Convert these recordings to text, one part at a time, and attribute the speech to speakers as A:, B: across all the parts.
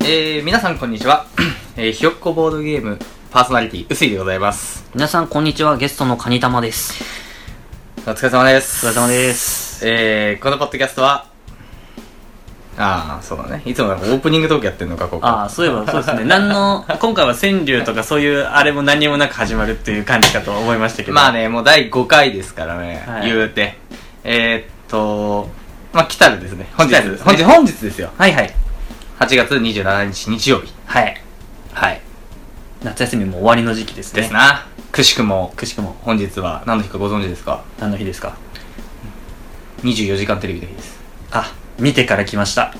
A: えー、皆さんこんにちは、 えー、ひよっこボードゲームパーソナリティうすいでございます
B: 皆さんこんにちはゲストのカニ玉です
A: お疲れ様です
B: お疲れ様です
A: えー、このポッドキャストはああそうだねいつもなんかオープニングトークやってんのかここ
B: ああそういえばそうですね 何の今回は川柳とかそういうあれも何もなく始まるっていう感じかと思いましたけど
A: まあねもう第5回ですからね、
B: はい
A: 言うてえー、っとまあ来たるですね本日
B: 来たるですね
A: 本日本日ですよ
B: はいはい
A: 8月27日日曜日
B: はい
A: はい
B: 夏休みも終わりの時期ですね
A: ですなくしくも
B: くしくも
A: 本日は何の日かご存知ですか
B: 何の日ですか
A: 24時間テレビの日です
B: あ見てから来ました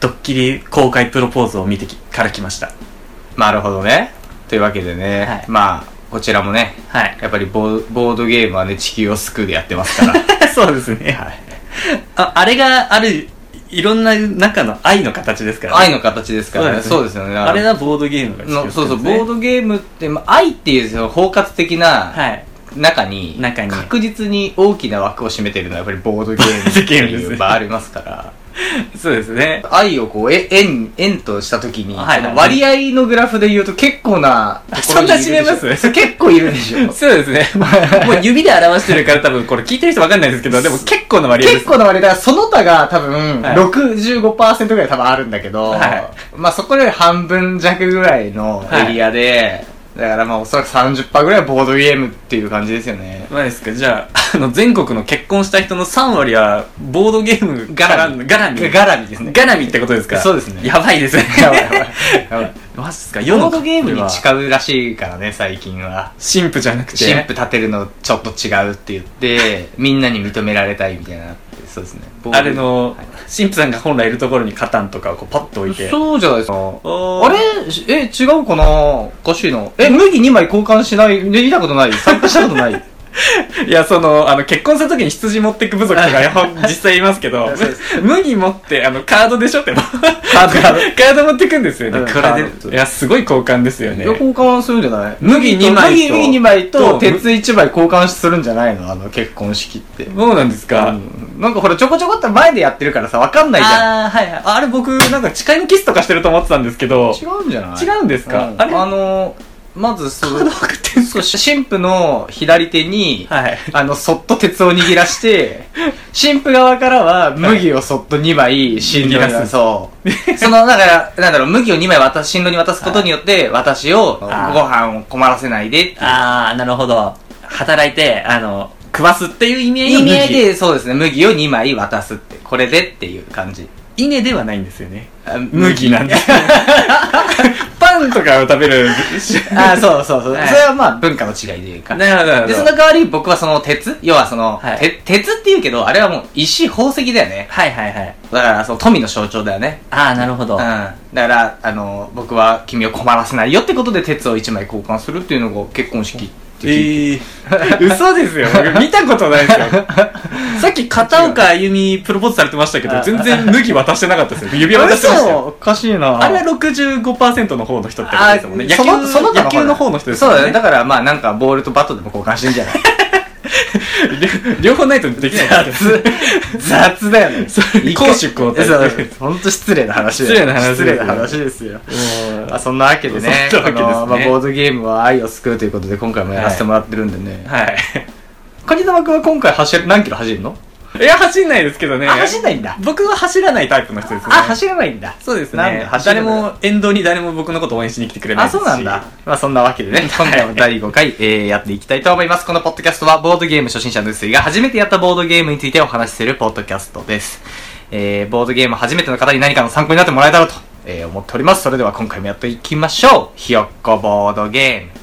B: ドッキリ公開プロポーズを見てきから来ました
A: なるほどねというわけでね、
B: はい
A: まあこちらもね
B: はい
A: やっぱりボーボードゲームはね地球を救うでやってますから
B: そうですね、ああれがあるいろんな中の 愛の形ですから、
A: 愛の形ですからねそ
B: そうう
A: で
B: です
A: よね
B: あれ
A: だ
B: がボードゲームが
A: のそうそうボー
B: ド
A: ドゲームって、まあ、愛っていうその包括的な
B: はい
A: 中に,、
B: 中に
A: 確実に大きな枠を占めてるのはやっぱりボードゲームって
B: ボードゲームですね
A: いう場ありますから
B: そうですね
A: 愛をこうえ円円とした時に、
B: はいはい
A: その割合のグラフで言うと結構なところにいるでしょ
B: そんな占めます
A: そう結構いるでしょ
B: そう ですねもう指で表してるから多分これ聞いてる人分かんないですけどでも結構な割合で
A: 結
B: す
A: 構な割合だその他が多分
B: はい
A: 65%ぐらい多分あるんだけど、
B: は
A: まあそこより半分弱ぐらいのエリアで、だからまあおそらく30%ぐらいはボードゲームっていう感じですよね
B: まあですかじゃああの全国の結婚した人の3割はボードゲームから
A: 絡み
B: ガラミ
A: がらみですね
B: ガラミってことですか
A: そうですね
B: やばいですね
A: やばいやばいや ばい
B: マジですか世
A: ボ
B: の
A: ードゲームに
B: い
A: 近うらしいからね最近は
B: 神父じゃなくて
A: 神父立てるのちょっと違うって言ってみんなに認められたいみたいなってそうですねボード
B: あれの神父さんが本来いるところにカタンとかをこうパッと置いて
A: そうじゃないですか
B: あ
A: あれえ、違うかなおかしいな。え、麦2枚交換しない、できたことない参加したことない
B: いや、その、あの、結婚するときに羊持ってく部族とか、ほ ん実際いますけど
A: そうで、
B: 麦持って、あの、カードでしょって、カ
A: ードカ ード
B: 持ってくんですよね。
A: うん
B: こ
A: カ
B: れ
A: ード
B: で、いや、すごい交換ですよね。
A: 交換するんじゃない
B: 麦二枚と
A: 麦麦二枚と
B: と
A: 鉄1枚交換するんじゃないのあの結婚式って。
B: そうなんですか。
A: うんなんかほらちょこちょこって前でやってるからさ、わかんないじゃん。
B: あー、はいはい。ああれ僕、なんか誓いのキスとかしてると思ってたんですけど、
A: 違うんじゃない
B: 違うんですか
A: う
B: あれ
A: あの、まずそ
B: カー
A: う
B: ド、送ってん
A: そ
B: す
A: う、神父の左手に、
B: かはい。
A: あの、そっと鉄を握ら して、神父側からは麦をそっと2枚、新郎に
B: 握ら
A: 渡
B: す
A: そう。その、だから、なんだろう、麦を2枚渡す、新郎に渡すことによって、私を、ご
B: あー
A: 飯を困らせないでっていう
B: あー、なるほど。働いて、あの、食わすっていう意味
A: 意味合いで、そうですね、麦を2枚渡すって、これでっていう感じ。
B: 稲ではないんですよね。
A: あ
B: 麦なん です。 パンとかを食べ る。
A: あー、そうそうそう。
B: はい
A: それはまあ、文化の違いというか。
B: なるほどなるほど。
A: で、その代わり僕はその鉄要はその、
B: はい
A: て鉄って言うけど、あれはもう石、宝石だよね。
B: はいはいはい。
A: だから、その富の象徴だよね。
B: ああ、なるほど。
A: うん、だからあの僕は君を困らせないよってことで鉄を1枚交換するっていうのが結婚式って聞いて
B: ええ嘘ですよ。僕見たことないです よ。さっき片岡あゆみプロポーズされてましたけど、
A: あ
B: 全然麦渡してなかったですよ。指輪渡してましたよ。
A: おかしいな
B: あれは65%の方の人ってことですもんね。野球
A: そのその他
B: 野球の方の人です
A: そう
B: もん
A: だね
B: ね。
A: だからまあなんかボールとバットでも交換してんじゃない
B: 両両方ないとできないですよね。
A: 雑だよね
B: それ
A: 一回
B: 攻守交代
A: そう本当失礼な話だよ
B: 失礼な話です
A: 失礼
B: よ
A: な話ですよ
B: もう
A: まあそんなわけでね
B: そんなわけですね
A: あのまあ、ボードゲームは愛を救うということで今回もやらせてもらってるんでね、
B: はい。
A: カニタマ君は今回走る何キロ走るの、
B: いや、走んないですけどね。
A: あ走んないんだ
B: 僕は走らないタイプの人ですね。
A: あ走らないんだ
B: そうです
A: なんで
B: ね。
A: 走らな
B: 誰
A: い
B: も、沿道に誰も僕のこと応援しに来てくれない
A: あ、
B: ですし。
A: そうなんだ。。まあそんなわけでね、今回も第5回、えー、やっていきたいと思います。このポッドキャストは、ボードゲーム初心者のうすいが初めてやったボードゲームについてお話しするポッドキャストです。えー、ボードゲーム初めての方に何かの参考になってもらえたらと、えー、思っております。それでは今回もやっていきましょう。ひよっこボードゲーム。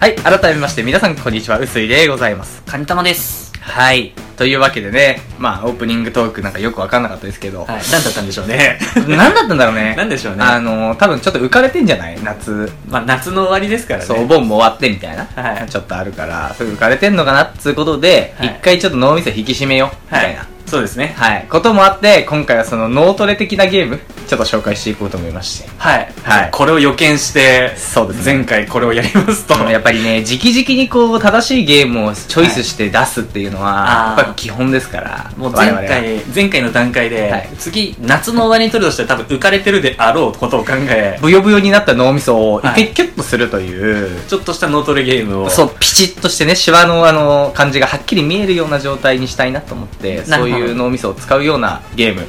A: はい、改めまして皆さんこんにちは、うすいでございます。
B: カニ玉です。
A: はい。というわけでね、まあオープニングトークなんかよくわかんなかったですけど、
B: はい。何だったんでしょうね。
A: 何だったんだろうね。
B: 何でしょうね
A: あのー、多分ちょっと浮かれてんじゃない夏。
B: まあ、夏の終わりですからね。
A: そう、お盆も終わってみたいな、
B: はい
A: ちょっとあるから、それ浮かれてんのかなっつうことで、
B: はい
A: 一回ちょっと脳みそ引き締めよう、み
B: は
A: た
B: い
A: いな。。
B: そうですね。
A: はい。こともあって、今回はその脳トレ的なゲーム、ちょっと紹介していこうと思いまして。
B: はい。
A: はい
B: これを予見して、
A: そうですね
B: 前回これをやりますと。
A: あのやっぱりね、直々にこう、正しいゲームをチョイスして出すっていうのは
B: は、い
A: やっぱり基本ですから、
B: もう
A: 我
B: 前
A: 々は。
B: 回、前回の段階で、
A: はい
B: 次、夏の終わりに撮るとして多分浮かれてるであろうことを考え、
A: ブヨブヨになった脳みそを一
B: は
A: 回キュッとするという、
B: ちょっとした脳トレゲームを。
A: そう、ピチッとしてね、シワのあの、感じがはっきり見えるような状態にしたいなと思って、
B: なる
A: そ
B: ほ
A: う
B: ど
A: いう脳みそを使うようなゲーム、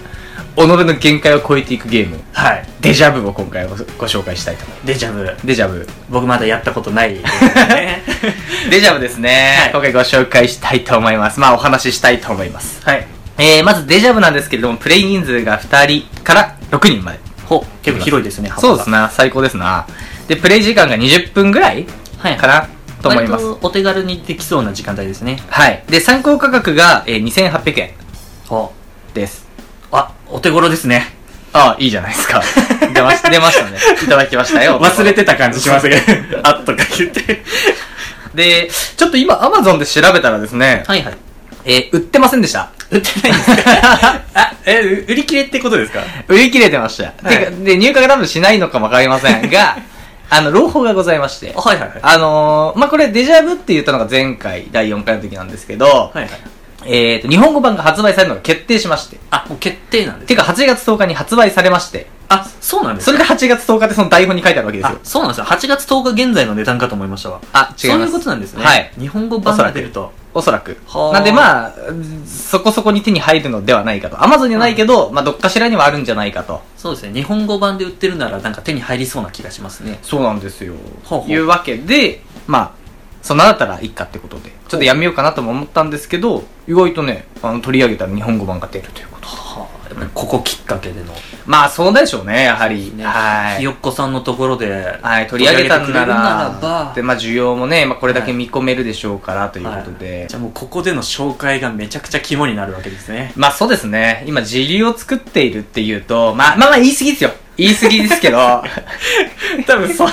A: 己の限界を超えていくゲーム、
B: はい。
A: デジャブを今回ご紹介したいと思いま
B: デジャブ。
A: す。デジャブ。
B: 僕まだやったことな い、ね。
A: デジャブですね、
B: はい
A: 今回ご紹介したいと思います。まあ、お話ししたいと思います。
B: はい。
A: えー、まずデジャブなんですけれども、プレイ人数が2人から6人まで。
B: ほ、結構広いですね、
A: そうです
B: ね。
A: な、最高ですな。で、プレイ時間が20分ぐらい
B: はい。
A: かなと思います。
B: 割とお手軽にできそうな時間帯ですね。
A: はい。で、参考価格が、えー、2800円
B: ほ。
A: です。
B: あ、お手頃ですね。
A: ああ、いいじゃないですか。 出まし出ましたね。いただきました よ。
B: 忘れてた感じしますけど。 あっとか言って。
A: で、ちょっと今、アマゾンで調べたらですね、
B: はいはい。
A: えー売ってませんでした。
B: 売ってないんですか あ、え、う売り切れってことですか
A: 売り切れてました。
B: はい
A: てか、で、入荷が多分しないのかもわかりません が、あの、朗報がございまして。
B: はいはいはい。
A: あのー、まあ、これ、デジャブって言ったのが前回、第4回の時なんですけど、
B: はいはい。
A: えっ、と、日本語版が発売されるのが決定しまして。
B: あ、もう決定なんです
A: てか、8月10日に発売されまして、
B: あ、そうなんです
A: それが8月10日でその台本に書いてあるわけです
B: あ
A: よ、。
B: そうなんですよ。8月10日現在の値段かと思いましたわ。
A: あ、違います。
B: そういうことなんですね。
A: はい。
B: 日本語版が出ると。
A: おそらく
B: は。あ
A: なんでまあ、そこそこに手に入るのではないかと。アマゾンじゃないけど、まあどっかしらにはあるんじゃないかと。
B: そうですね。日本語版で売ってるならなんか手に入りそうな気がしますね。
A: そうなんですよ。
B: ほうほう
A: いうわけで、まあ、そんなだったらいいかってことで、ちょっとやめようかなとも思ったんですけど、意外とね、あの取り上げたら日本語版が出るということ。
B: はあ、やっぱりここきっかけでの。
A: まあそうでしょうね、やはり。
B: ね、
A: はい。
B: ひよっこさんのところで、
A: はい、取り上げたんなら、
B: 取り上げてくれるならば
A: で、まあ需要もね、まあこれだけ見込めるでしょうからということで、
B: はいじゃあもうここでの紹介がめちゃくちゃ肝になるわけですね。
A: まあそうですね、今時流を作っているっていうと、まあまあまあ言い過ぎですよ。言い過ぎですけど、
B: 多分 そ、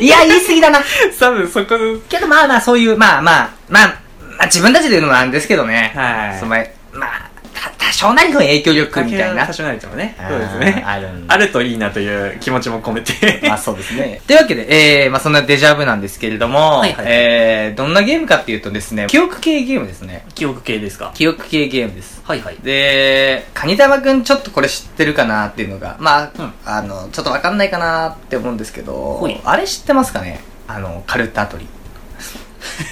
A: いや、言い過ぎだな。
B: 多分そこ、
A: けどまあまあそういう、まあまあ、まあ、まあ自分たちで言うのもなんですけどね、
B: はい
A: その前、まあ、た多少なりの影響力みたいな
B: 多。少なりともね。
A: あー
B: そうですね。
A: あるん
B: あるといいなという気持ちも込めて。
A: まあそうですね。というわけで、えー、まあそんなデジャブなんですけれども、
B: はいはい
A: えー、どんなゲームかっていうとですね、記憶系ゲームですね。
B: 記憶系ですか
A: 記憶系ゲームです。
B: はいはい。
A: で、カニタマくんちょっとこれ知ってるかなっていうのが、まあ、
B: うん
A: あの、ちょっとわかんないかなって思うんですけど
B: ほい、
A: あれ知ってますかねあの、カルタ取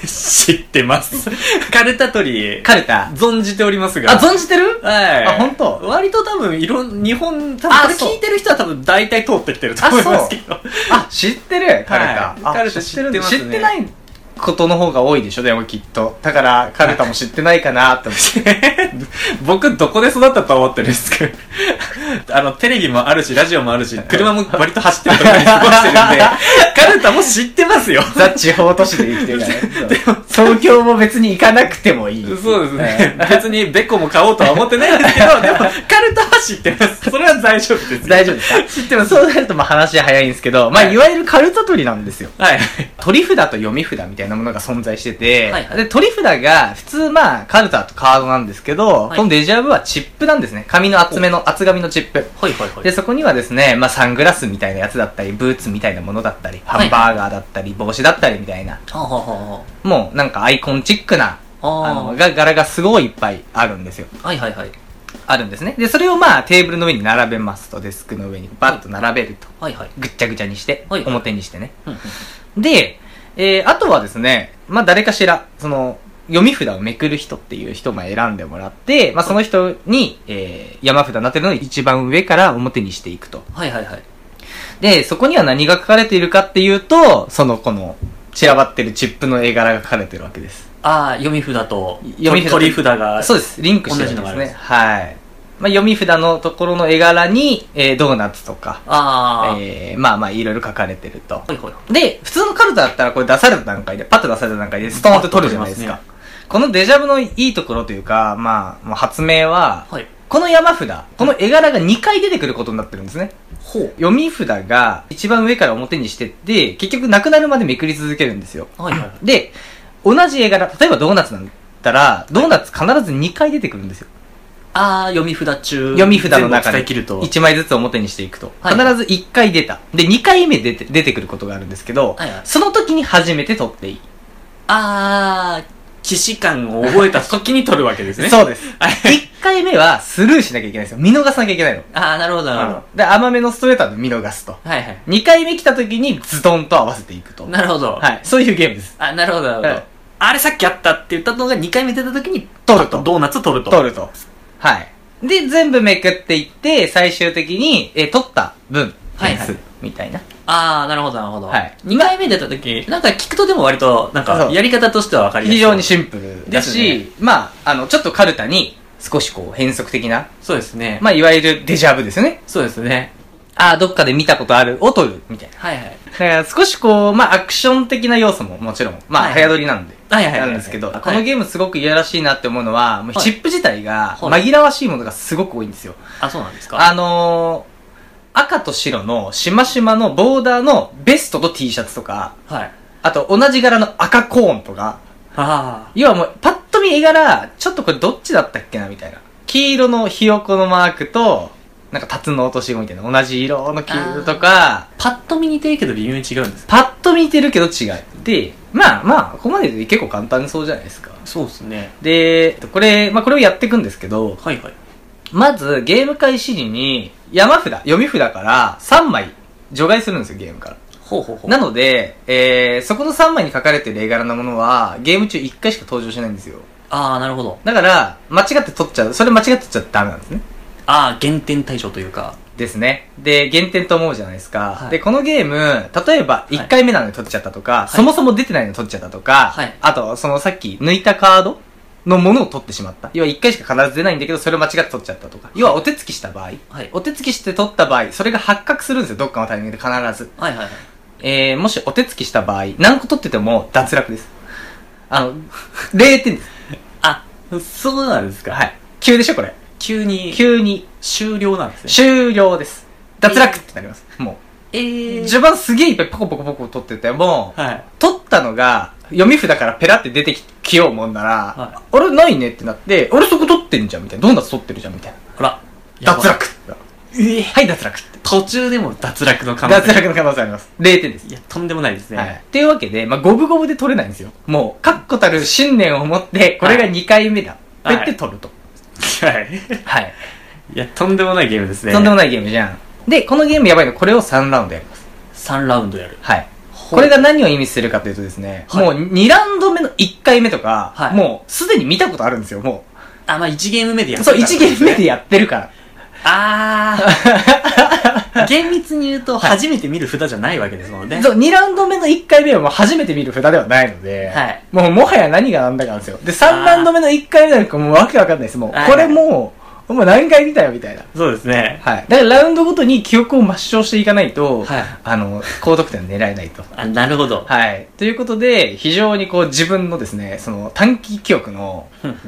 B: 知ってます。 カルタ取
A: り。
B: り、
A: カルタ。
B: 存じておりますが。
A: あ、存じてる
B: はい。
A: あ本当
B: 割と多分、いろん、日本、多分
A: あ
B: これ
A: そう
B: 聞いてる人は多分大体通ってきてると思いますけど。
A: あ、知ってるカルタ。
B: はい
A: あ
B: カルタ
A: んだ
B: 知ってますね
A: 知ってないことの方が多いでしょでもきっと。だから、カルタも知ってないかな って思って。
B: 僕、どこで育ったと思ってるんです かあの、テレビもあるし、ラジオもあるし、車も割と走ってるところに過ごしてるんで、 カルタも知ってますよ。
A: ザ地方都市で生きてる からね。そう東京も別に行かなくてもいい。
B: そうですね。別にベコも買おうとは思ってないんですけど、 でも、カルタは知ってます。それは大丈夫です。
A: 大丈夫ですか知ってます。そうなるとまあ話早いんですけど、まあ
B: はい
A: いわゆるカルタ取りなんですよ。
B: はい。
A: 取り札と読み札みたいなものが存在してて、
B: はいはい
A: で、取り札が普通まあカルタとカードなんですけど、
B: はい
A: このデジャブはチップなんですね。紙の厚めの、厚紙のチップ。
B: はいはいは
A: で、そこにはですね、まあサングラスみたいなやつだったり、ブーツみたいなものだったり、ハ
B: はい
A: ンバーガーだったり、帽子だったりみたいな、
B: はあはあは
A: もうなんかアイコンチックな、
B: あはあ。
A: あの、が柄がすごいいっぱいあるんですよ。
B: はいはいはい。
A: あるんですね。で、それをまあテーブルの上に並べますと、デスクの上にバッと並べると。
B: はいはい。
A: ぐっちゃぐちゃにして、
B: はい
A: 表にしてね。
B: うんうん
A: で、えー、あとはですね、まあ誰かしら、その、読み札をめくる人っていう人も選んでもらって、まあその人に、えー、山札になってるのを一番上から表にしていくと。
B: はいはいはい。
A: で、そこには何が書かれているかっていうと、その、この、散らばってるチップの絵柄が書かれてるわけです。
B: ああ、読み札と、
A: 読み札と
B: 取り札が。
A: そうです。リンクしてるんで
B: 同
A: す
B: じのが
A: ね。
B: あるんで
A: はい。まあ、読み札のところの絵柄に、えー、ドーナツとか、
B: ああ、
A: えー、まあまあ、いろいろ書かれてると。
B: はいはい。
A: で、普通のカルタだったらこれ出された段階で、パッと出された段階でストーンと取るじゃないです
B: パッ
A: か
B: と。
A: このデジャブのいいところというか、まあ、もう発明は、
B: はい。
A: この山札、この絵柄が2回出てくることになってるんですね。
B: ほう。
A: 読み札が一番上から表にしてって、結局なくなるまでめくり続けるんですよ。
B: はいはい。
A: で、同じ絵柄、例えばドーナツなんだったら、ドーナツ必ず2回出てくるんですよ。
B: ああ、読み札中。
A: 読み札の中
B: 全部使
A: で
B: い切ると。
A: 1枚ずつ表にしていくと、
B: はい
A: 必ず1回出たで2回目出て出てくることがあるんですけど、
B: はいはい
A: その時に初めて取っていい、
B: ああ、騎士感を覚えた時に取るわけですね。
A: そうです
B: はい
A: 1回目はスルーしなきゃいけないんですよ見逃さなきゃいけないの、
B: ああ、なるほど、なるほど。
A: で甘めのストレートは見逃すと
B: はいはい。
A: 2回目来た時にズドンと合わせていくと
B: なるほど。
A: はい、そういうゲームです
B: あ、なるほど、なるほ
A: は
B: ど
A: い。
B: あれさっきあったって言ったのが2回目出た時に、
A: 取ると
B: パッドーナツ取ると。
A: 取るとはいで全部めくっていって最終的に、えー取った分
B: はい
A: 点
B: はい
A: 数みたいな、
B: ああ、なるほど、なるほど。
A: はい
B: 2回目出た時、なんか聞くとでも割と、なんか、
A: そう
B: やり方としては分かりやすい。
A: 非常にシンプルだし、
B: で
A: まあ、あの、ちょっとカルタに少しこう変則的な、
B: そうですね。
A: まあ、いわゆるデジャブですよね。
B: そうですね。
A: ああ、どっかで見たことあるを取る、みたいな。
B: はいはい。
A: だから少しこう、まあ、アクション的な要素ももちろん、まあ、
B: はい
A: 早撮りなんで。
B: はいはいはいはい
A: なんですけど、
B: はい
A: このゲームすごくいやらしいなって思うのは、もう
B: はい
A: チップ自体が
B: はい
A: 紛らわしいものがすごく多いんですよ。
B: あ、そうなんですか
A: あのー、赤と白のしましまのボーダーのベストと T シャツとか、
B: はい。
A: あと同じ柄の赤コーンとか、
B: あ
A: 要はもう、パッと見絵柄、ちょっとこれどっちだったっけな、みたいな。黄色のひよこのマークと、なんか、タツノオトシゴみたいな、同じ色の黄色とか
B: あ、。パッと見似てるけど微妙に違うんです。
A: パッと見てるけど違う。で、まあまあ、ここまでで結構簡単そうじゃないですか。
B: そうですね。
A: で、これ、まあこれをやっていくんですけど、
B: はいはい。
A: まず、ゲーム開始時に、山札、読み札から3枚除外するんですよ、ゲームから。
B: ほうほうほう。
A: なので、えー、そこの3枚に書かれてる絵柄のものは、ゲーム中1回しか登場しないんですよ。
B: ああ、なるほど。
A: だから、間違って取っちゃう。それ間違って取っちゃダメなんですね。
B: ああ、減点対象というか。
A: ですね。で、減点と思うじゃないですか。
B: はい
A: で、このゲーム、例えば
B: い
A: 1回目なのに取っちゃったとか、
B: い
A: そもそも出てないのに取っちゃったとか、
B: はい
A: あと、そのさっき抜いたカードのものを取ってしまった。要は1回しか必ず出ないんだけど、それを間違って取っちゃったとか。要はお手つきした場合、
B: はい
A: お手つきして取った場合、それが発覚するんですよ、どっかのタイミングで必ず。
B: はいはいはい。
A: えー、もしお手つきした場合、何個取ってても脱落です。あ の、0点です。
B: あ、そうなんですか。
A: はい。急でしょ、これ。
B: 急に、
A: 急に
B: 終了なんですね。
A: 終了です。脱落ってなります。もう。
B: えー
A: 序盤すげえいっぱいポコポコポコ取ってても、
B: はい。
A: 取ったのが、読み札からペラって出てききようもんなら、
B: は
A: あれないねってなって、俺そこ取ってんじゃんみたいな。ドーナツ取ってるじゃんみたい
B: ほら。
A: な。脱落って
B: ええ
A: はい、脱落って。
B: 途中でも脱落の可能性。
A: 脱落の可能性あります。0点です。
B: いや、とんでもないですね。
A: はい。っていうわけで、まあ、五分五分で取れないんですよ。もう、確固たる信念を持って、これが2回目だ。と
B: はい
A: 言って取ると。
B: はい。
A: はい。
B: いや、とんでもないゲームですね。
A: とんでもないゲームじゃん。で、このゲームやばいの、これを3ラウンドやります。
B: 3ラウンドやる。
A: はい。
B: こ
A: これが、何を意味するかというとですね、
B: はい
A: もう2ラウンド目の1回目とか、
B: はい
A: もうすでに見たことあるんですよ、も
B: あ、まあ1ゲーム目でや
A: う。
B: ってた
A: そう、
B: んです
A: 1
B: ね
A: ゲーム目でやってるから。
B: あ ー。厳密に言うと、初めて見る札じゃないわけですもんね。
A: そう、2ラウンド目の1回目はもう初めて見る札ではないので、
B: はい
A: もうもはや何が何だかなんですよ。で、3ラウンド目の1回目なんかもうわけわかんないです、もう
B: は。い
A: これもう、もう何回見たよ、みたいな。
B: そうですね。
A: はい。だからラウンドごとに記憶を抹消していかないと、
B: はい
A: あの、高得点を狙えないと。
B: あ、なるほど。
A: はい。ということで、非常にこう自分のですね、その短期記憶の、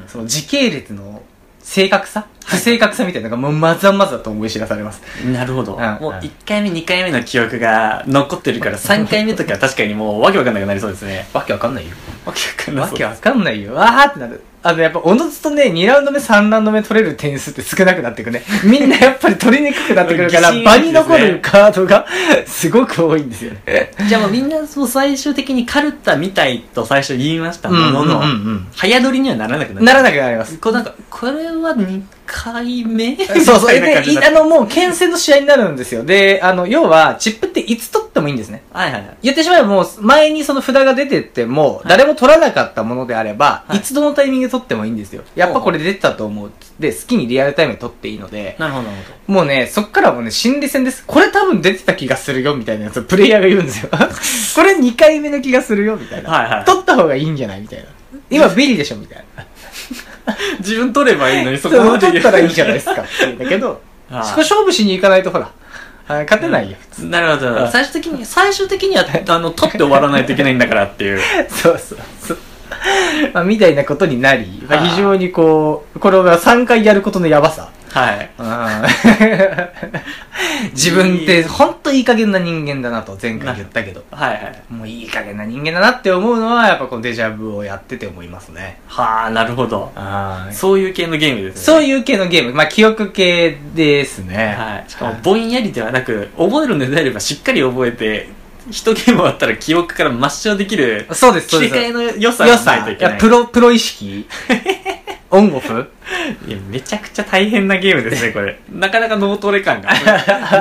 A: その時系列の正確さ、不正確さみたいなのがもうまざまざと思い知らされます。
B: なるほど。
A: うん
B: もう
A: うん
B: 1回目、2回目の記憶が残ってるから、3回目とか確かにもうわけわかんなくなりそうですね。
A: わけわかんないよ。
B: わけわかんな
A: わ
B: そう
A: けわかんないよ。わーってなる。あの、やっぱ、おのずとね、2ラウンド目、3ラウンド目取れる点数って少なくなってく ね。みんなやっぱり取りにくくなってくるから、
B: 疑心
A: 場
B: 暗鬼
A: に
B: です
A: 残
B: ね
A: るカードがすごく多いんですよね。
B: じゃあもうみんなもう最終的にカルタみたいと最初言いましたもの
A: うん
B: の
A: うんうんうん、
B: 早撮りにはならなくなる
A: ならなくなります。
B: こうなんか、これは2回目
A: そうそう。
B: みたいな感
A: で、
B: じに
A: い
B: な
A: あの、もう、牽制の試合になるんですよ。で、あの、要は、チップっていつ取ってもいいんですね。
B: はいはいはい。
A: 言ってしまえばもう、前にその札が出てっても、誰も取らなかったものであれば、
B: はい
A: い、つどのタイミングで取ってもいいんですよ。やっぱこれ出てたと思う。で、好きにリアルタイムで取っていいので、
B: なるほど、なるほ
A: もうね、そっからはもうね、心理戦です。これ多分出てた気がするよ、みたいなやつをプレイヤーが言うん ですよ。これ2回目の気がするよ、みたいな。
B: はい はい
A: 取った方がいいんじゃないみたいな。今ビリでしょみたいな。
B: ど。自分取ればいいのに そ
A: そ
B: こま
A: う、
B: で
A: 取ったらいいじゃないですか。って言うんだけ ど、
B: ああ
A: そこ勝負しに行かないとほら、あ勝てないよ。
B: なるほど。最終的に、最終的には、あの、取って終わらないといけないんだからっていう。
A: そうそうそう。まあ、みたいなことになり、ま
B: は
A: あ、
B: あ
A: 非常にこう、これは3回やることのやばさ。
B: はい。
A: うん 自分って本当いい加減な人間だなと前回言ったけど。
B: はいはい。
A: もういい加減な人間だなって思うのは、やっぱこのデジャブをやってて思いますね。
B: はあ、なるほど。
A: あ
B: そういう系のゲームですね。
A: そういう系のゲーム。まあ、記憶系ですね。
B: はい。しかも、ぼんやりではなく、覚えるのであればしっかり覚えて、一ゲーム終わったら記憶から抹消できる、
A: そうです、そ
B: 切
A: う
B: り
A: です。
B: 替えの良さ
A: 良
B: がない
A: さ、
B: とい
A: い
B: けな
A: や
B: い。
A: プロ、プロ意 識オンオフ
B: いや、めちゃくちゃ大変なゲーム ですね、これ。なかなか脳トレ 感が。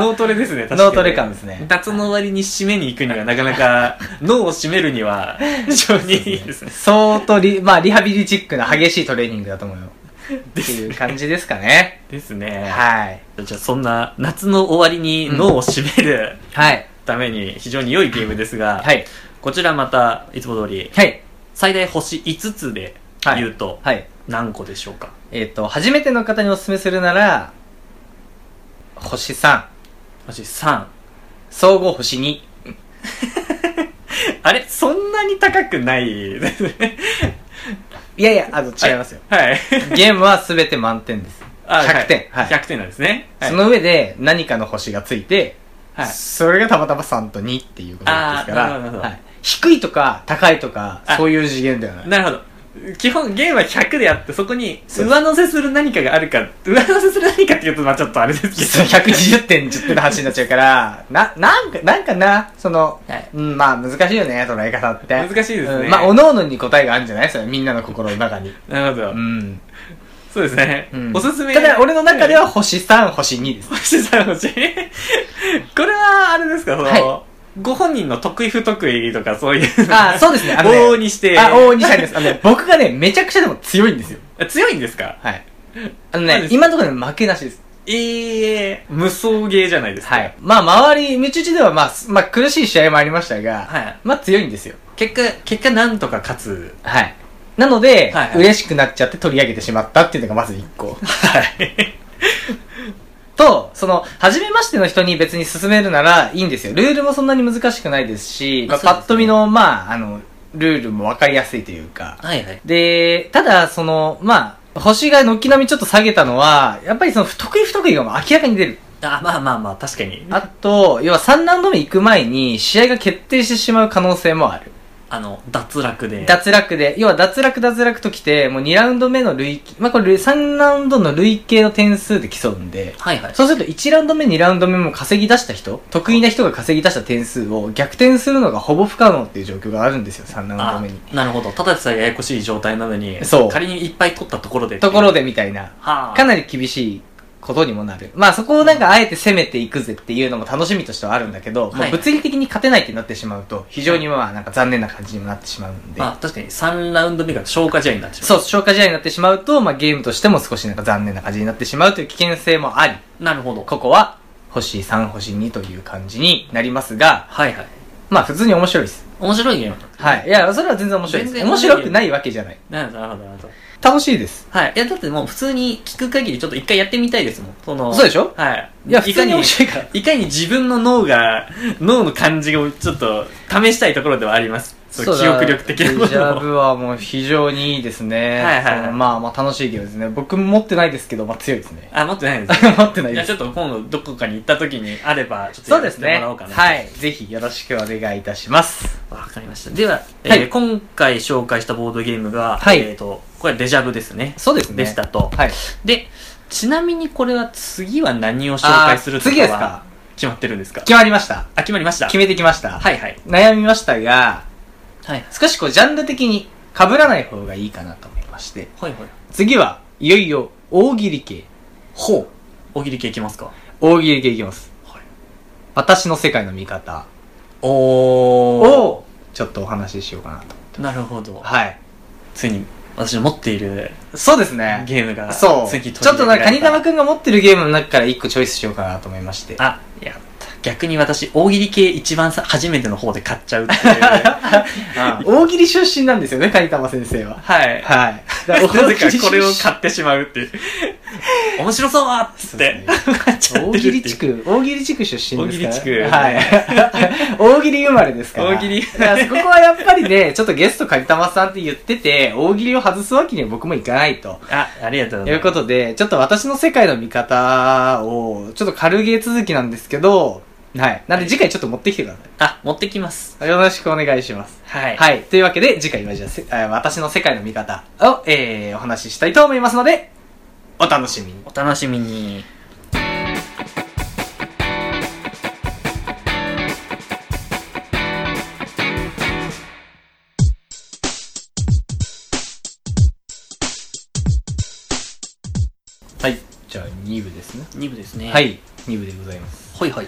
B: 脳トレですね、確かに。
A: 脳トレ感ですね
B: 夏の終わりに締めに行くには、なかなか、脳を締めるに は、非常にいいですね。
A: 相当リ、まあ、リハビリチックな激しいトレーニングだと思うよ。って
B: です
A: いう
B: ね。
A: 感じですかね。
B: ですね。
A: はい。
B: じゃあ、そんな、夏の終わりに脳を締める
A: はい。
B: ために、非常に良いゲームですが、
A: はい。
B: こちらまた、いつも通り、
A: はい。
B: 最大星5つで言うと、
A: はい。
B: 何個でしょうか
A: えっ、と、初めての方にお勧めするなら、星3、
B: 星3。
A: 総合星2。
B: あれそんなに高くないです ね。
A: いやいや、あの、違いますよ。
B: はい。
A: ゲームは全て満点です。
B: あ
A: 100点。
B: は
A: はいい。
B: 100点なんですね。はい
A: その上で何かの星がついて、
B: はい。
A: それがたまたま3と2っていうことですか
B: あーなるほどなるほ
A: ら、は
B: ど
A: い、低いとか高いとか
B: あ
A: そういう次元ではない
B: なるほど。基本ゲームは100であって、そこに
A: そう
B: 上乗せする何かがあるか、上乗せする何かっていうと、まあちょっとあれですけど。
A: 120点10点の話になっちゃうからななんかなんかなその、
B: はい
A: うん、まあ難しいよね捉え方って
B: 難しいですね
A: うんまあおのおのに答えがあるんじゃないそれみんなの心の中に
B: なるほ
A: う
B: ど。
A: ん、
B: そうですね
A: うん。
B: おすすめ。
A: ただ俺の中 では星3星2です
B: 星さん欲しい。これは、あれですか、その、
A: は
B: ご本人の得意不得意とかそういう。
A: あーそうですねあのね
B: 往々にして。
A: あ大西さんですあのね 僕がねめちゃくちゃでも強いんですよ
B: 強いんですか
A: はいあの
B: そう
A: ね
B: です
A: 今のところでも負けなしです
B: ええ無双ゲーじゃないですか。
A: はい。まあ、周り、道打ちでは、まあ、すまあ、苦しい試合もありましたが、
B: はい
A: まあ、強いんですよ。
B: 結果、結果なんとか勝つ。
A: はい。なので、
B: はいはい
A: 嬉しくなっちゃって取り上げてしまったっていうのがまず1個。
B: はい。
A: と、その、初めましての人に別に進めるならいいんですよ。ルールもそんなに難しくないですし、
B: ま
A: まあ
B: あそうですね
A: パッと見の、まあ、あの、ルールもわかりやすいというか。
B: はいはい。
A: で、ただ、その、まあ、星が軒並みちょっと下げたのは、やっぱりその、不得意不得意がもう明らかに出る。
B: あ、まあまあまあ、確かに。
A: あと、要は3ラウンド目行く前に、試合が決定してしまう可能性もある。
B: あの、脱落で。
A: 脱落で、要は脱落脱落ときて、もう2ラウンド目の累計、まあこれ3ラウンドの累計の点数で競うんで、
B: はいはい。
A: そうすると1ラウンド目2ラウンド目も稼ぎ出した人、得意な人が稼ぎ出した点数を逆転するのがほぼ不可能っていう状況があるんですよ、3ラウ
B: あ
A: ンド目に。
B: なるほどただでさえややこしい状態なのに
A: そう
B: 仮にいっぱい取ったところで
A: ところ
B: で
A: でみたいな、
B: はあ
A: かなり厳しいことにもなる。まあそこをなんかあえて攻めていくぜっていうのも楽しみとしてはあるんだけど、
B: は
A: も
B: いう
A: 物理的に勝てないってなってしまうと、非常にまあなんか残念な感じにもなってしまうんで。
B: まあ確かに3ラウンド目が消化試合になってしま
A: そう、消化試合になってしまうと、まあ、ゲームとしても少しなんか残念な感じになってしまうという危険性もあり、
B: うなるほど
A: ここは星3、星2という感じになりますが、
B: はいはい
A: まあ普通に面白いです。
B: 面白いゲーム
A: はい。いや、それは全然面白いです。
B: 全然
A: 面
B: 面白い
A: 白くないわけじゃない。
B: なるほどなるほどなるほど
A: 楽しいです。
B: はいいやだってもう普通に聞く限りちょっと一回やってみたいですもんその
A: そうでしょ
B: はい
A: いや、普通に面
B: い
A: 白いから。
B: いかに自分の脳が脳の感じをちょっと試したいところではありますその記憶力的なも
A: デジャ
B: のを
A: ブはもう非常にいいですね。
B: はいはいはい。
A: そのまあまあ楽しいゲームですね。僕持ってないですけど、まあ強いですね
B: あ持ってな いんですね
A: 持ってない
B: い
A: で
B: やち
A: す
B: ょ。っと今度どこかに行った時にあればちょっと
A: そう
B: や
A: で
B: っ
A: す
B: ても
A: ね。
B: らおうかな
A: はい。ぜひよろしくお願いいたします。
B: わかりました。では、え
A: はい
B: ー今回紹介したボードゲームが、
A: はい
B: えっ、と、これはデジャブですね。
A: そうですね。
B: でしたと。
A: はい。
B: で、ちなみにこれは次は何を紹介すると
A: あー次です
B: か
A: か
B: は決まってるんですか
A: 決まりました。
B: あ、決まりました。
A: 決めてきました。
B: はいはい。
A: 悩みましたが、
B: はい。
A: 少しこうジャンル的に被らない方がいいかなと思いまして。
B: はいはい。
A: 次はいよいよ大喜利系。
B: ほう。大喜利系いきますか。
A: 大喜利系いきます。
B: はい。
A: 私の世界の見方
B: おー。
A: をちょっとお話ししようかなと。
B: なるほど。
A: はい。
B: ついに、私の持っている
A: そうですね。
B: ゲームが、
A: そう。
B: ついに取り
A: ちょっとなんかカニカ
B: 上げら
A: マ
B: れた
A: くんが持ってるゲームの中から一個チョイスしようかなと思いまして。
B: あ、やった。逆に私、大喜利系一番さ、初めての方で買っちゃう っていう。
A: うん大喜利出身なんですよね、カニカマ先生は。
B: はい。
A: はい。
B: なぜかこれを
A: 出
B: 買ってしまうっていう。面白そうっ つって。買っちゃっ
A: 大
B: て
A: 喜
B: るっ
A: 利
B: てい
A: 地区、
B: う
A: 大喜利地区出身ですから。
B: 大喜利
A: はい。 大喜利生まれですから。
B: 大喜利
A: だからそこはやっぱりね、ちょっとゲストかりたまさんって言ってて、大喜利を外すわけには僕もいかないと。
B: あ、ありがとうご
A: とい
B: ざいうます。
A: ことで、ちょっと私の世界の見方を、ちょっと軽ゲー続きなんですけど、はい。なんで次回ちょっと持ってきてくだ
B: あ、持ってきます。
A: さい。よろしくお願いします。
B: はい。
A: はい。というわけで、次回はじゃあせ、あ私の世界の見方を、えー、お話ししたいと思いますので、お楽しみに。
B: お楽しみに。
A: はい。じゃあ、2部ですね。
B: 2部ですね。
A: は。い。2部でございます。
B: ほいほい。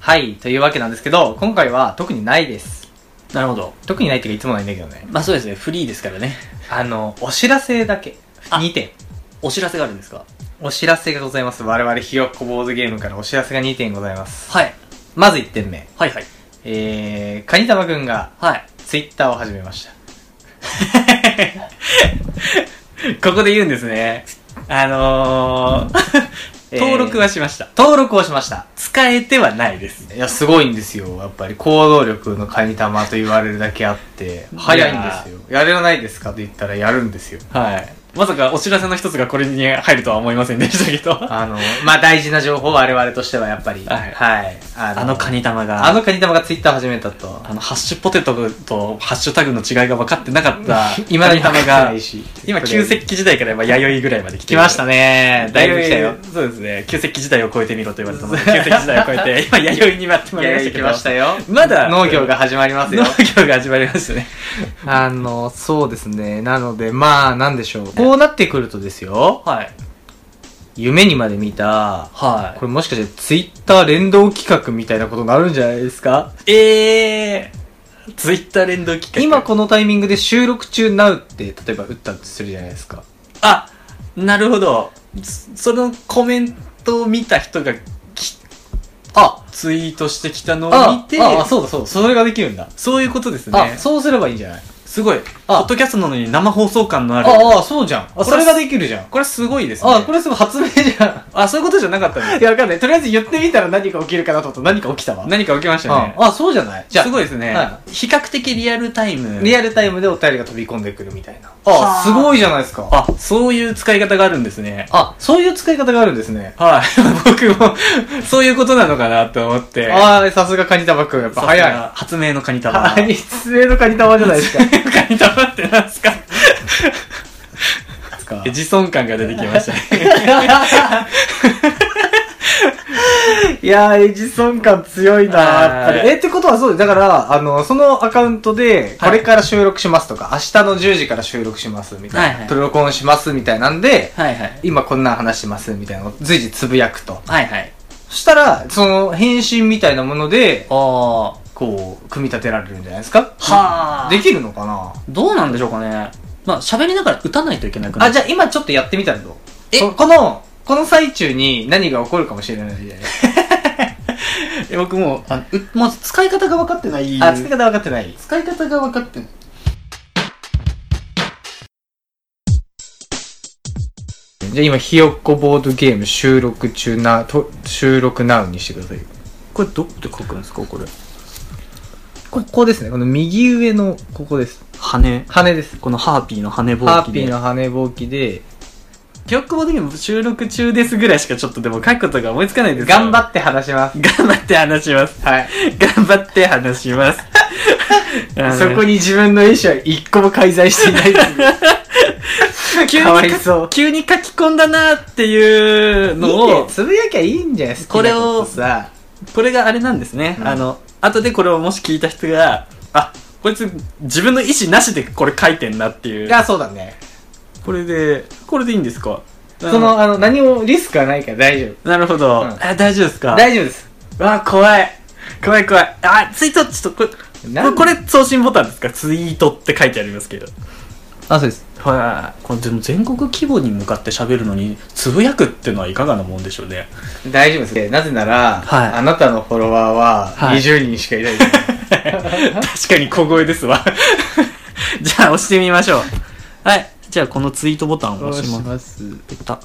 A: はい。というわけなんですけど、今回は特にないです。
B: なるほど。
A: 特にないっていうか、いつもないんだけどね。
B: まあそうですね、フリーですからね。
A: あの、お知らせだけ。
B: あ
A: 2点。
B: お知らせがあるんですか
A: お知らせがございます。我々、ひよっこボードゲームからお知らせが2点ございます。
B: はい。
A: まず1点目。
B: はいはい。
A: えー、カニタマくんが、
B: はい。
A: ツイッターを始めました。
B: ここで言うんですね。あの ー、登録はしました。
A: 登録をしました。
B: 使えてはないです。
A: いや、すごいんですよ。やっぱり行動力のカニ玉と言われるだけあって、
B: や
A: 早いんですよ。やれないですかと言ったらやるんですよ。
B: はい。まさかお知らせの一つがこれに入るとは思いませんでしたけ ど。
A: あの、まあ、大事な情報、我々としてはやっぱり。
B: はい
A: あの
B: あのカニ玉が、
A: あのカニ玉がツイッター始めたと。
B: あのハッシュポテトとハッシュタグの違いが分かってなかった、
A: 今
B: カニ玉 が、
A: し
B: 今、旧石器時代から今、弥生ぐらいまで来て
A: 来
B: る
A: ましたね。だいぶ来たよ。。
B: そうですね。旧石器時代を超えてみろと言われた ので、旧石器時代を超えて、今、弥生に待ってまいりましたけ
A: 来
B: ど。
A: ましたよ。
B: まだ、
A: 農業が、始まります
B: 農
A: よ。
B: 業が始まりましたね。
A: あの、そうですね。なので、まあ、なんでしょう。こうなってくるとですよ。
B: はい。
A: 夢にまで見た、
B: は
A: これもしかしてツイッター連動企画みたいなことになるんじゃないですか
B: い。えー、ツイッター連動企画。
A: 今このタイミングで収録中 NOW って例えば打ったとするじゃないですか。
B: あ、なるほど。そそのコメントを見た人がき
A: あ
B: ツイートしてきたのを見
A: あ
B: て、
A: あ、そうだそうだ。それができるんだ。
B: そういうことです
A: あ、
B: ね。
A: そうすればいいんじゃない
B: すごい。ポ
A: あ
B: ッドキャストなのに生放送感のある。
A: ああ、そうじゃん。あ、
B: これ
A: それができるじゃん。
B: これすごいですね。
A: あ、これすごい発明じゃ
B: あ、そういうことじゃなかったんです
A: ん。いや、わかんない。とりあえず言ってみたら何か起きるかなと思ったら何か起きたわ。
B: 何か起きましたね。
A: うんあ、そうじゃないじゃあ、
B: すごいですね、
A: は
B: 比較的リアルタイム。
A: リアルタイムでお便りが飛び込んでくるみたいな。
B: は
A: あ、
B: あ
A: すごいじゃないですか。
B: あ、そういう使い方があるんですね。
A: あ、そういう使い方があるんですね。
B: はい。 僕も、そういうことなのかなと思って。
A: ああ、さすがカニタバくん。やっ
B: さ
A: ぱ
B: すが
A: 早い。
B: 発明のカニ玉。
A: はい、失礼のカニ玉じゃないですか。
B: カニ玉ってなんですか え自尊感が出てきましたね。
A: いやー、エジソン感強いなやっぱ
B: はい
A: り。え、ってことはそうです。だから、あの、そのアカウントで、これから収録しますとか、明日の10時から収録しますみたいな、
B: はいはい
A: プロコンしますみたいなんで、
B: はいはい。
A: 今こんなん話しますみたいなのを随時つぶやくと。
B: はいはい。
A: そしたら、その、返信みたいなもので、
B: あー。
A: こう、組み立てられるんじゃないですか
B: はあ
A: できるのかな
B: どうなんでしょうかね。まあ、喋りながら打たないといけなくな
A: あ、
B: る。
A: じゃあ今ちょっとやってみたらどう
B: え
A: ここの、この最中に何が起こるかもしれないじゃないです
B: え僕もう、あうまず使い方が分かってない。
A: か。 あ、使い方分かってない。
B: 使い方が分かってない。
A: じゃあ今、ひよっこボードゲーム収録中な、と収録ナウにしてください。
B: これどこで書くんですかこれ。
A: ここですね。この右上の、ここです。
B: 羽。
A: 羽です。
B: このハーピーの羽ぼ
A: ハ
B: う
A: ー
B: き
A: ピ
B: で。
A: ーの羽ぼうきで、
B: ひよっこボードゲーム収録中ですぐらいしかちょっとでも書くことが思いつかないです
A: 頑張
B: っ
A: って話します。
B: 頑張って話します。
A: はい。
B: 頑張って話します。 あの
A: そこに自分の意思は一個も介在していないです。
B: 急 に
A: かわいそう
B: 急に書き込んだなっていう
A: いい
B: の
A: ね
B: を、
A: つぶやきゃいいんじゃないですか。
B: これを
A: 好きなことさ、
B: これがあれなんですね。
A: うん
B: あの、後でこれをもし聞いた人が、あ、こいつ自分の意思なしでこれ書いてんなってい。
A: いうや、そうだね。
B: これで、これでいいんですか
A: そ、の、あの、何もリスクはないから大丈夫。
B: なるほど。
A: うん
B: あ大丈夫ですか
A: 大丈夫です。
B: わあ、怖い。怖い怖い。あ、ツイート、ちょっとこれ、
A: なん
B: これこれ送信ボタンですかツイートって書いてありますけど。
A: あ、そうです。
B: はい。これでも全国規模に向かって喋るのに、つぶやくってのはいかがなもんでしょう ね。
A: 大丈夫ですね。なぜなら、
B: はい
A: あなたのフォロワーは
B: はい
A: 20人しかい ない。
B: 確かに小声ですわ。 じゃあ押してみましょう。はい。じゃあこのツイートボタンを押します。
A: ます。
B: ペタ。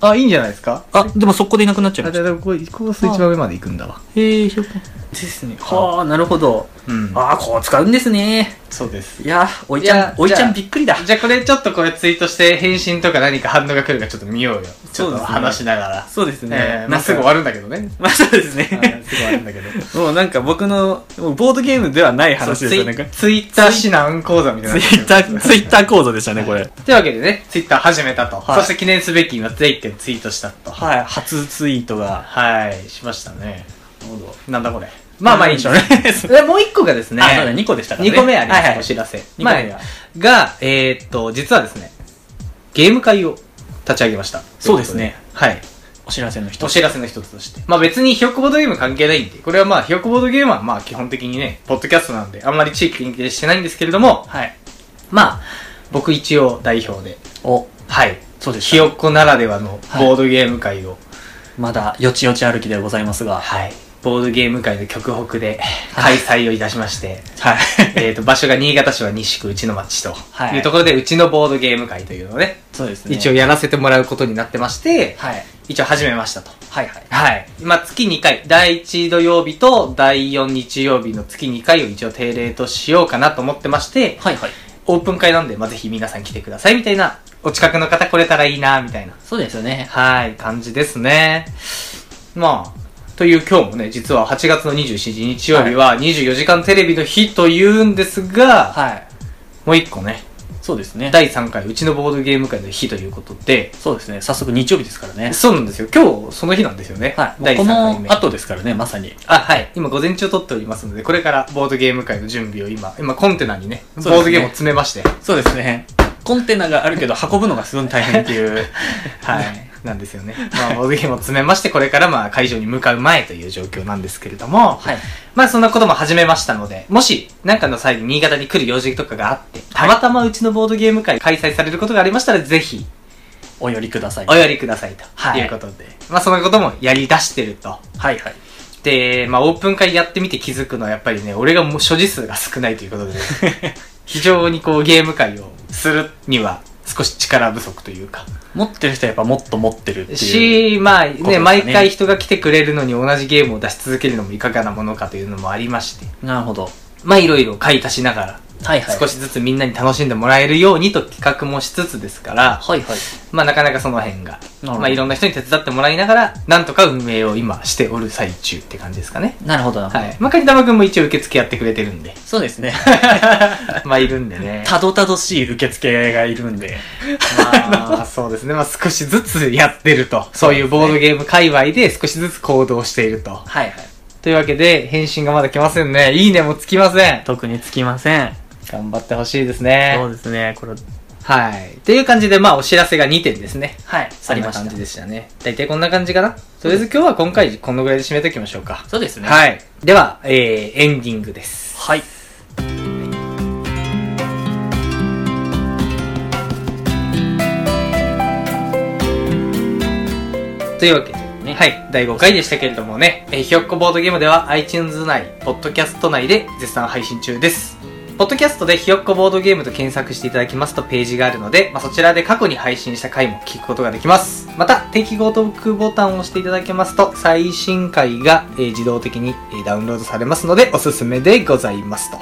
A: あ、いいんじゃないですか
C: あ、でもそこでいなくなっちゃい
A: あ、
C: ま
A: じ
C: し
A: ゃ
C: た。
A: あ、こう、こうす一番上まで行くんだわ。
C: へえ、ひょですね。はあ、なるほど。
A: うん
C: ああ、こう使うんですね。
A: そうです。
C: いや、おいち
A: い
C: ゃ
A: や
C: ん、おいち
A: じゃ
C: ゃ
A: あ
C: んびっくりだ。
A: じゃあこれちょっとこれツイートして返信とか何か反応が来るかちょっと見ようよ。ちょっと話しながら。
B: そうです
A: えー、まあ、すぐ終わるんだけどね。
B: まあそうです
A: うんすぐ終わるんだ けど。
B: もうなんか僕の、もうボードゲームではない話
A: ツ
B: ですよね。なん
A: イ
B: か
A: ツイッター指南講座みたい
B: ツ
A: な。
B: イッタ ー、ツイッター講座でしたね、これ。
A: というわけでね、ツイッター始めたと。
B: はい
A: そして記念すべき今、ツイッターツイートしたと。
B: はい、初ツイートが。
A: はい、しましたね。なんだこれ。まあまあいいんでしょう ね。
B: ね。
A: でもう一個がですね、
B: あ、そうだ、2個でしたからね。
A: 2個目あります、
B: はいは
A: お
B: い
A: 知らせ。
B: 二個目
A: まあが、えーっと、実はですね、ゲーム会を立ち上げました。
B: そうですね。
A: はい。
B: お知らせの一
A: お
B: つ。
A: 知らせの一つとして。まあ別にひよっこボードゲーム関係ないんで、これはまあひよっこボードゲームはまあ基本的にね、ポッドキャストなんで、あんまり地域連携してないんですけれども、
B: はい。
A: まあ、僕一応代表で、
C: お、
A: はい。
B: そうです
A: ひよっこならではの
B: はい
A: ボードゲーム会を、
C: まだ、よちよち歩きでございますが。
A: はい。ボードゲーム会の極北で開催をいたしまして、
B: はい。
A: えっと、場所が新潟市は西区うちの町と、
C: はい
A: い、うところで、うちのボードゲーム会というのをね、
B: そうですね。
A: 一応やらせてもらうことになってまして、
C: はい。
A: 一応始めましたと。
C: はいはい。
A: はい。まあ、月2回、第1土曜日と第4日曜日の月2回を一応定例としようかなと思ってまして、
C: はいはい。
A: オープン会なんで、まあ、ぜひ皆さん来てくださいみたいな、お近くの方来れたらいいな、みたいな、
C: そうですよね。
A: はい、感じですね。まあ、という今日もね、実は8月の27日日曜日は24時間テレビの日というんですが、
C: はい。
A: もう一個ね、
B: そうですね。
A: 第3回、うちのボードゲーム会の日ということで、
B: そうですね。早速日曜日ですからね。
A: そうなんですよ。今日、その日なんですよね。
C: はい
B: もう
A: 第
B: こ
A: 3回目
B: の。後ですからね、まさに。
A: あ、はい。今午前中撮っておりますので、これからボードゲーム会の準備を今、今コンテナにね、ボ
B: そ
A: ー
B: うですね
A: ドゲームを詰めまして、
B: そうですね。コンテナがあるけど運ぶのがすごい大変って いう。
A: はい。なんですよね。まあ、ボードゲームを詰めまして、これからまあ会場に向かう前という状況なんですけれども、
C: はい。
A: まあそんなことも始めましたので、もし、なんかの際に新潟に来る用事とかがあって、たまたまうちのボードゲーム会開催されることがありましたら、ぜひ、
C: お寄りください。
A: お寄りくださいと、
C: はい
A: い、うことで、まあそんなこともやり出してると。
C: はいはい。
A: で、まあ、オープン会やってみて気づくのはやっぱりね、俺がもう所持数が少ないということ で、非常にこうゲーム会をするには少し力不足というか。
B: 持ってる人はやっぱもっと持ってるっていう。
A: し、まあ
B: です
A: ね、
B: ね
A: 毎回人が来てくれるのに同じゲームを出し続けるのもいかがなものかというのもありまして、
C: なるほど。
A: まあいろいろ買い足しなが
C: はいは
A: ら、
C: い。
A: 少しずつみんなに楽しんでもらえるようにと企画もしつつですから、
C: はいはい。
A: まあなかなかその辺が、
C: ほど
A: まあいろんな人に手伝ってもらいながら、なんとか運営を今しておる最中って感じですかね。
C: なるほどなるほど。
A: はい。まあ、かにたまくんも一応受付やってくれてるんで。
C: そうですね。
A: まあいるんで ね。
B: たどたどしい受付がいるんで。
A: まあそうですね。まあ少しずつやってると。そういうボードゲーム界隈で少しずつ行動していると。
C: はいはい。
A: というわけで、返信がまだ来ませんね。いいねもつきません。
B: 特につきません。
A: 頑張ってほしいですね。
B: ですね。これ、
A: はい。という感じで、まあお知らせが2点ですね。
C: はい。あ
A: あ
C: り
A: り
C: ま
A: ま
C: し
A: した。
C: た
A: 感じ。でしたね。大体こんな感じかな。とりあえず今日は今回このぐらいで締めておきましょうか。
C: そうですね。い。
A: はい。では、えー、エンディングです。
C: はい。
A: というわけで、
C: ね
A: はい、第5回でしたけれどもね、えーひよっこボードゲームでは iTunes 内、ポッドキャスト内で絶賛配信中です。ポッドキャストでひよっこボードゲームと検索していただきますとページがあるので、まあ、そちらで過去に配信した回も聞くことができます。また、定期購読ボタンを押していただけますと、最新回が、えー自動的に、えーダウンロードされますので、おすすめでございますと。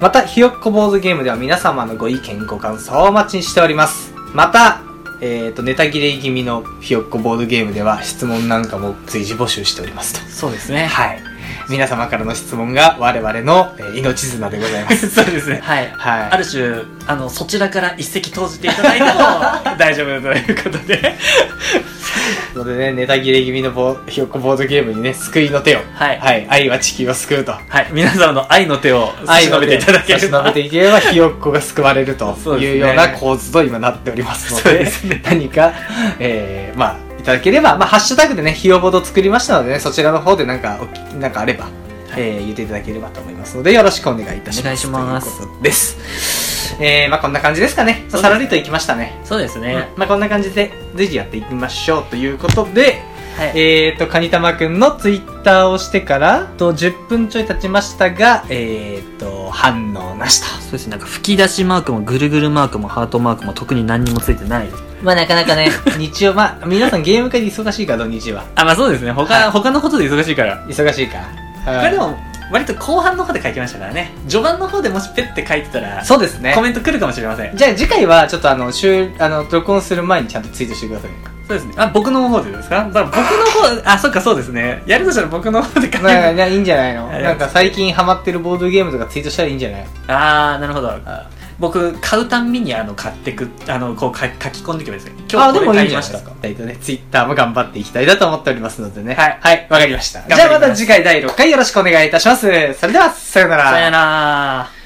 A: また、ひよっこ坊主ゲームでは皆様のご意見、ご感想をお待ちしております。また、えっ、と、ネタ切れ気味のひよっこボードゲームでは質問なんかも随時募集しておりますと。
C: そうですね。
A: はい。皆様からの質問が我々の、えー命綱でございま す。
B: そうですね。
C: はい。
A: はい。
C: ある種、あの、そちらから一石投じていただいても、
B: 大丈夫ということで。
A: のでね、ネタ切れ気味のボひよっこボードゲームにね、救いの手を。
C: はい
A: はい。愛は地球を救うと。
B: はい。皆様の愛の手を差
A: 愛
B: し伸べていただ
A: 差
B: けれ
A: し伸べ
B: ば。
A: ていければひよっこが救われると
B: そうで
A: い
B: すね
A: うような構図と今なっておりますの
B: そう
A: で
B: です
A: 何か、えー、まあいただければ、まあ、ハッシュタグでねひよぼど作りましたのでねそちらの方でなんかおきなんかあれば、えー言っていただければと思いますのでよろしくお願いいたします
C: お願いします
A: ということですえー、まあこんな感じですかねまあさらりといきましたね
C: そうですね。
A: まあこんな感じでぜひやっていきましょうということで
C: はい。
A: えー、と、カニタマくんのツイッターをしてから、と、10分ちょい経ちましたが、えー、と、反応なしと。
C: そうですね。なんか吹き出しマークもぐるぐるマークもハートマークも特に何にもついてない。
A: まあなかなかね、 日曜、まあ皆さんゲーム会で忙しいから、土日は。
B: あ、まあそうですね。他、
A: はい
B: 他のことで忙しいから。
A: 忙しいか。
B: こ
A: は
B: れ
A: い
B: でも、割と後半の方で書きましたからね。序盤の方でもしペッて書いてたら、
A: そうですね
B: コ。メント来るかもしれません。
A: じゃあ次回は、ちょっとあの、終あの、録音する前にちゃんとツイートしてくださいね。
B: そうですね。あ、僕の方でですかだから僕の方、あ、そっかそうですね。やるとしたら僕の方で書いて
A: なんか、いいんじゃないの
B: はい
A: なんか最近ハマってるボードゲームとかツイートしたらいいんじゃない
B: あー、なるほど。僕、買うたんびにあの、買ってく、あの、こう書き書き込んでいけばいいですね。今
A: あ、で
B: 日こ
A: もいいん
B: れ買い
A: じゃない
B: まし
A: で
B: た
A: す。か。大体ね、ツイッターも頑張っていきたいなと思っておりますのでね。
B: はい
A: はい、わかりました。
B: 頑張ります
A: じゃあまた次回第6回よろしくお願いいたします。それでは、さようなら。
B: さよなら。